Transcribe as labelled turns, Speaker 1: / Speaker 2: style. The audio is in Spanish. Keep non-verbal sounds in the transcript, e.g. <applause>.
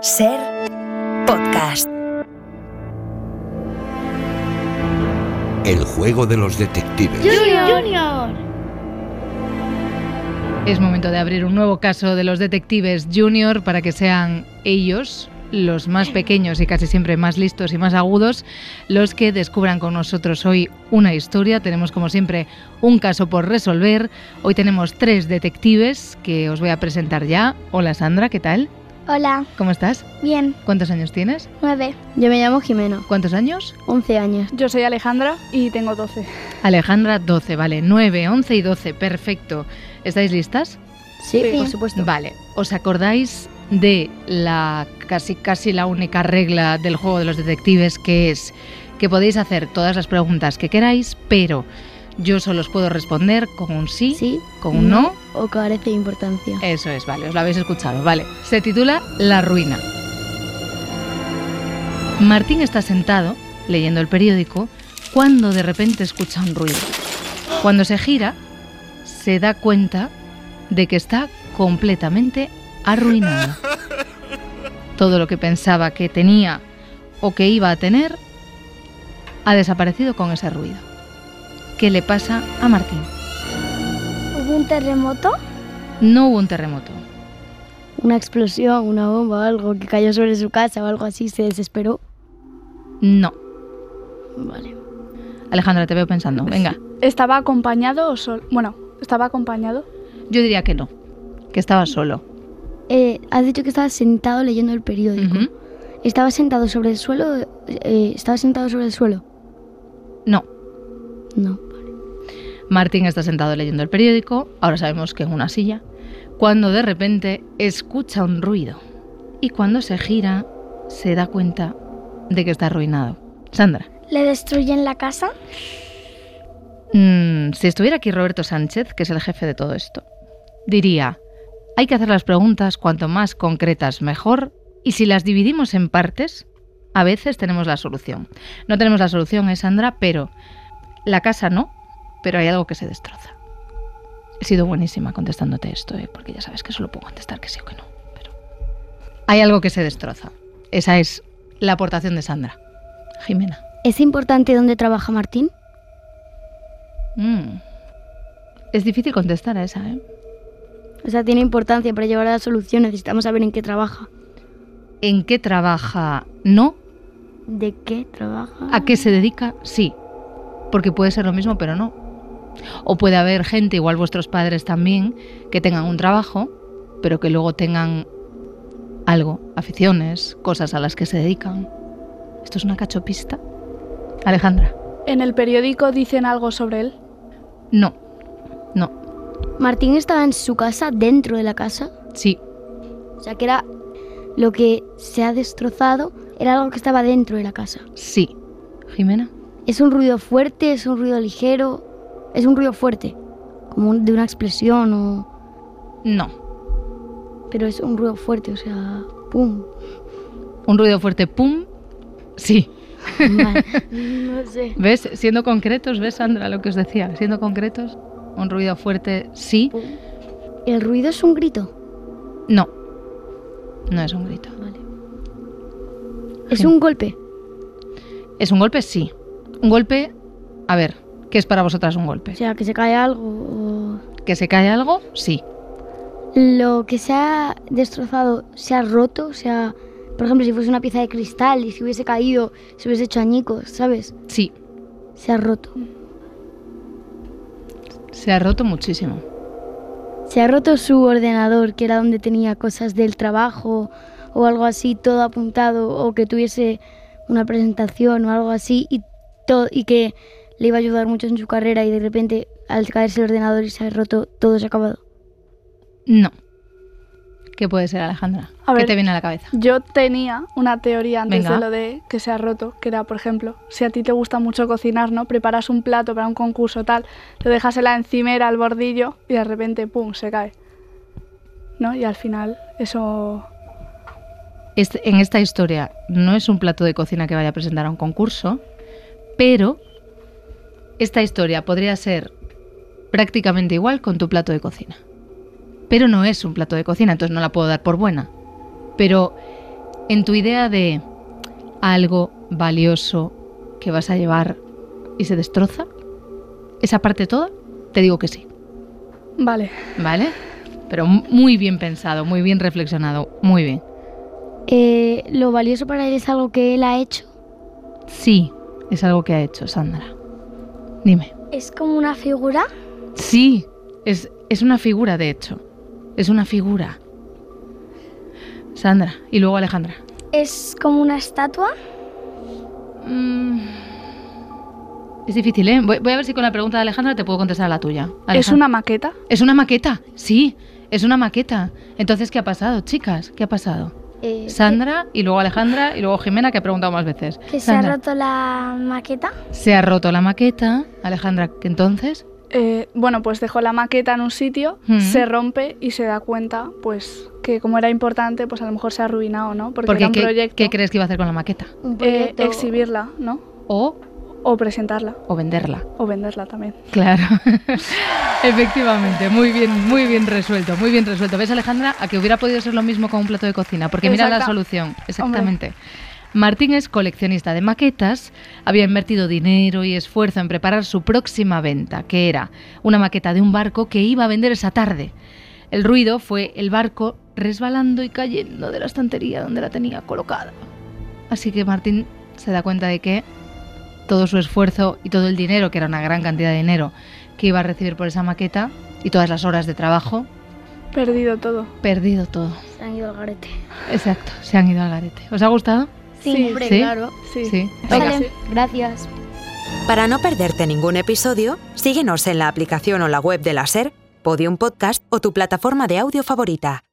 Speaker 1: Ser podcast.
Speaker 2: El juego de los detectives.
Speaker 3: Junior.
Speaker 4: Es momento de abrir un nuevo caso de los detectives junior para que sean ellos, los más pequeños y casi siempre más listos y más agudos, los que descubran con nosotros hoy una historia. Tenemos como siempre un caso por resolver. Hoy tenemos tres detectives que os voy a presentar ya. Hola Sandra, ¿qué tal?
Speaker 3: Hola,
Speaker 4: ¿Cómo estás?
Speaker 3: bien,
Speaker 4: ¿Cuántos años tienes?
Speaker 3: 9,
Speaker 5: Yo me llamo Jimeno,
Speaker 4: ¿Cuántos años?
Speaker 5: 11 años.
Speaker 6: Yo soy Alejandra y tengo 12.
Speaker 4: Alejandra, 12, vale, 9, 11 y 12, perfecto. ¿Estáis listas?
Speaker 5: Sí,
Speaker 6: Sí.
Speaker 5: por supuesto.
Speaker 4: Vale, ¿os acordáis de la casi casi la única regla del juego de los detectives que es que podéis hacer todas las preguntas que queráis, pero yo solo os puedo responder con un sí,
Speaker 5: Sí,
Speaker 4: con un no. Eh.
Speaker 5: o carece de importancia.
Speaker 4: Eso es, vale, os lo habéis escuchado, vale. Se titula La ruina. Martín está sentado, leyendo el periódico, cuando de repente escucha un ruido. Cuando se gira, se da cuenta de que está completamente arruinado. Todo lo que pensaba que tenía o que iba a tener ha desaparecido con ese ruido. ¿Qué le pasa a Martín?
Speaker 3: hubo un terremoto,
Speaker 4: No hubo un terremoto.
Speaker 5: Una explosión, una bomba, algo que cayó sobre su casa o algo así, se desesperó.
Speaker 4: No.
Speaker 5: Vale.
Speaker 4: Alejandra, te veo pensando. Venga,
Speaker 6: ¿Estaba acompañado o solo? Bueno, estaba acompañado.
Speaker 4: yo diría que no, que estaba solo.
Speaker 5: Eh, has dicho que estabas sentado leyendo el periódico.
Speaker 4: Ujú.
Speaker 5: ¿Estaba sentado sobre el suelo? eh, ¿Estaba sentado sobre el suelo?
Speaker 4: No,
Speaker 5: No.
Speaker 4: Martín está sentado leyendo el periódico, ahora sabemos que en una silla, cuando de repente escucha un ruido y cuando se gira se da cuenta de que está arruinado. Sandra,
Speaker 3: le destruyen la casa,
Speaker 4: mm, si estuviera aquí Roberto Sánchez, que es el jefe de todo esto, diría, hay que hacer las preguntas cuanto más concretas mejor y si las dividimos en partes, a veces tenemos la solución. No tenemos la solución, ¿eh, Sandra? Pero la casa no, pero hay algo que se destroza. He sido buenísima contestándote esto, ¿eh? porque ya sabes que solo puedo contestar que sí o que no. Pero... Hay algo que se destroza. Esa es la aportación de Sandra. Jimena.
Speaker 5: ¿Es importante dónde trabaja Martín?
Speaker 4: Mm. Es difícil contestar a esa, ¿eh?
Speaker 5: O sea, tiene importancia para llevar a la solución. Necesitamos saber en qué trabaja.
Speaker 4: ¿En qué trabaja? No.
Speaker 5: ¿De qué trabaja?
Speaker 4: ¿A qué se dedica? Sí. Porque puede ser lo mismo, pero no. O puede haber gente, igual vuestros padres también, que tengan un trabajo, pero que luego tengan algo, aficiones, cosas a las que se dedican. ¿Esto es una cachopista? Alejandra,
Speaker 6: En el periódico dicen algo sobre él.
Speaker 4: no. No.
Speaker 5: Martín estaba en su casa, dentro de la casa.
Speaker 4: Sí.
Speaker 5: O sea, que era lo que se ha destrozado, era algo que estaba dentro de la casa.
Speaker 4: Sí. Jimena.
Speaker 5: Es un ruido fuerte, es un ruido ligero, es un ruido fuerte, como un- de una explosión o...
Speaker 4: No.
Speaker 5: Pero es un ruido fuerte, o sea, ¡pum! <laughs>
Speaker 4: Un ruido fuerte, pum. Sí.
Speaker 5: Vale. no sé.
Speaker 4: ¿Ves? Siendo concretos, ¿ves, Sandra, lo que os decía? Siendo concretos, un ruido fuerte, sí.
Speaker 5: El ruido es un grito,
Speaker 4: No. No es un grito.
Speaker 5: es
Speaker 4: Sí.
Speaker 5: un golpe.
Speaker 4: ¿Es un golpe? Sí. Un golpe, a ver, ¿qué es para vosotras un golpe?
Speaker 5: O sea, que se cae algo. o-
Speaker 4: ¿Que se cae algo? Sí.
Speaker 5: Lo que se ha destrozado se ha roto, se ha... Por ejemplo, si fuese una pieza de cristal y si hubiese caído, se hubiese hecho añicos, ¿sabes?
Speaker 4: Sí.
Speaker 5: Se ha roto.
Speaker 4: Se ha roto muchísimo.
Speaker 5: Se ha roto su ordenador, que era donde tenía cosas del trabajo o algo así, todo apuntado, o que tuviese una presentación o algo así, y, to- y que le iba a ayudar mucho en su carrera, y de repente, al caerse el ordenador y se ha roto, todo se ha acabado.
Speaker 4: No. ¿Qué puede ser, Alejandra?
Speaker 6: A
Speaker 4: ¿Qué
Speaker 6: ver.
Speaker 4: te viene a la cabeza?
Speaker 6: Yo tenía una teoría antes
Speaker 4: Venga.
Speaker 6: de lo de que se ha roto, que era, por ejemplo, si a ti te gusta mucho cocinar, ¿no? Preparas un plato para un concurso tal, lo dejas en la encimera, al bordillo, y de repente, ¡pum!, se cae. ¿No? Y al final, eso...
Speaker 4: Este- en esta historia no es un plato de cocina que vaya a presentar a un concurso, pero esta historia podría ser prácticamente igual con tu plato de cocina. Pero no es un plato de cocina, entonces no la puedo dar por buena. Pero en tu idea de algo valioso que vas a llevar y se destroza? ¿Esa parte toda? Te digo que sí,
Speaker 6: Vale.
Speaker 4: ¿vale? Pero mu- muy bien pensado, muy bien reflexionado, muy bien.
Speaker 5: Eh, lo valioso para él es algo que él ha hecho.
Speaker 4: Sí, es algo que ha hecho Sandra. Dime.
Speaker 3: ¿Es como una figura?
Speaker 4: Sí, es, es una figura, de hecho. Es una figura. Sandra, y luego Alejandra.
Speaker 3: ¿Es como una estatua?
Speaker 4: Mm. Es difícil, ¿eh? Voy, voy a ver si con la pregunta de Alejandra te puedo contestar la tuya.
Speaker 6: ¿Es
Speaker 4: Alejandra.
Speaker 6: una maqueta?
Speaker 4: Es una maqueta, sí, es una maqueta. Entonces, ¿qué ha pasado, chicas? ¿Qué ha pasado?
Speaker 5: Eh,
Speaker 4: Sandra y luego Alejandra y luego Jimena, que ha preguntado más veces.
Speaker 3: ¿Que se
Speaker 4: Sandra,
Speaker 3: ha roto la maqueta?
Speaker 4: se ha roto la maqueta. Alejandra, ¿qué entonces?
Speaker 6: Eh, bueno, pues dejó la maqueta en un sitio,
Speaker 4: Mm.
Speaker 6: se rompe y se da cuenta, pues, que como era importante, pues a lo mejor se ha arruinado, ¿no? Porque,
Speaker 4: Porque
Speaker 6: era un
Speaker 4: ¿qué,
Speaker 6: proyecto.
Speaker 4: qué crees que iba a hacer con la maqueta?
Speaker 5: un
Speaker 6: eh,
Speaker 5: proyecto-
Speaker 6: exhibirla, ¿no?
Speaker 4: O,
Speaker 6: O presentarla,
Speaker 4: o venderla.
Speaker 6: o venderla también.
Speaker 4: Claro. <laughs> Efectivamente, muy bien, muy bien resuelto, muy bien resuelto. ¿Ves, Alejandra? A que hubiera podido ser lo mismo con un plato de cocina, porque mira la
Speaker 6: Exacta-
Speaker 4: solución. Exactamente. Martín es coleccionista de maquetas, había invertido dinero y esfuerzo en preparar su próxima venta, que era una maqueta de un barco que iba a vender esa tarde. El ruido fue el barco resbalando y cayendo de la estantería donde la tenía colocada. Así que Martín se da cuenta de que todo su esfuerzo y todo el dinero, que era una gran cantidad de dinero, que iba a recibir por esa maqueta y todas las horas de trabajo,
Speaker 6: Perdido todo.
Speaker 4: perdido todo.
Speaker 5: Se han ido al garete.
Speaker 4: Exacto, se han ido al garete. ¿Os ha gustado?
Speaker 6: Sí,
Speaker 5: hombre,
Speaker 4: ¿Sí?
Speaker 5: claro.
Speaker 6: Sí.
Speaker 4: Venga.
Speaker 5: Vale, gracias.
Speaker 1: Para no perderte ningún episodio, síguenos en la aplicación o la web de la SER, Podium Podcast o tu plataforma de audio favorita.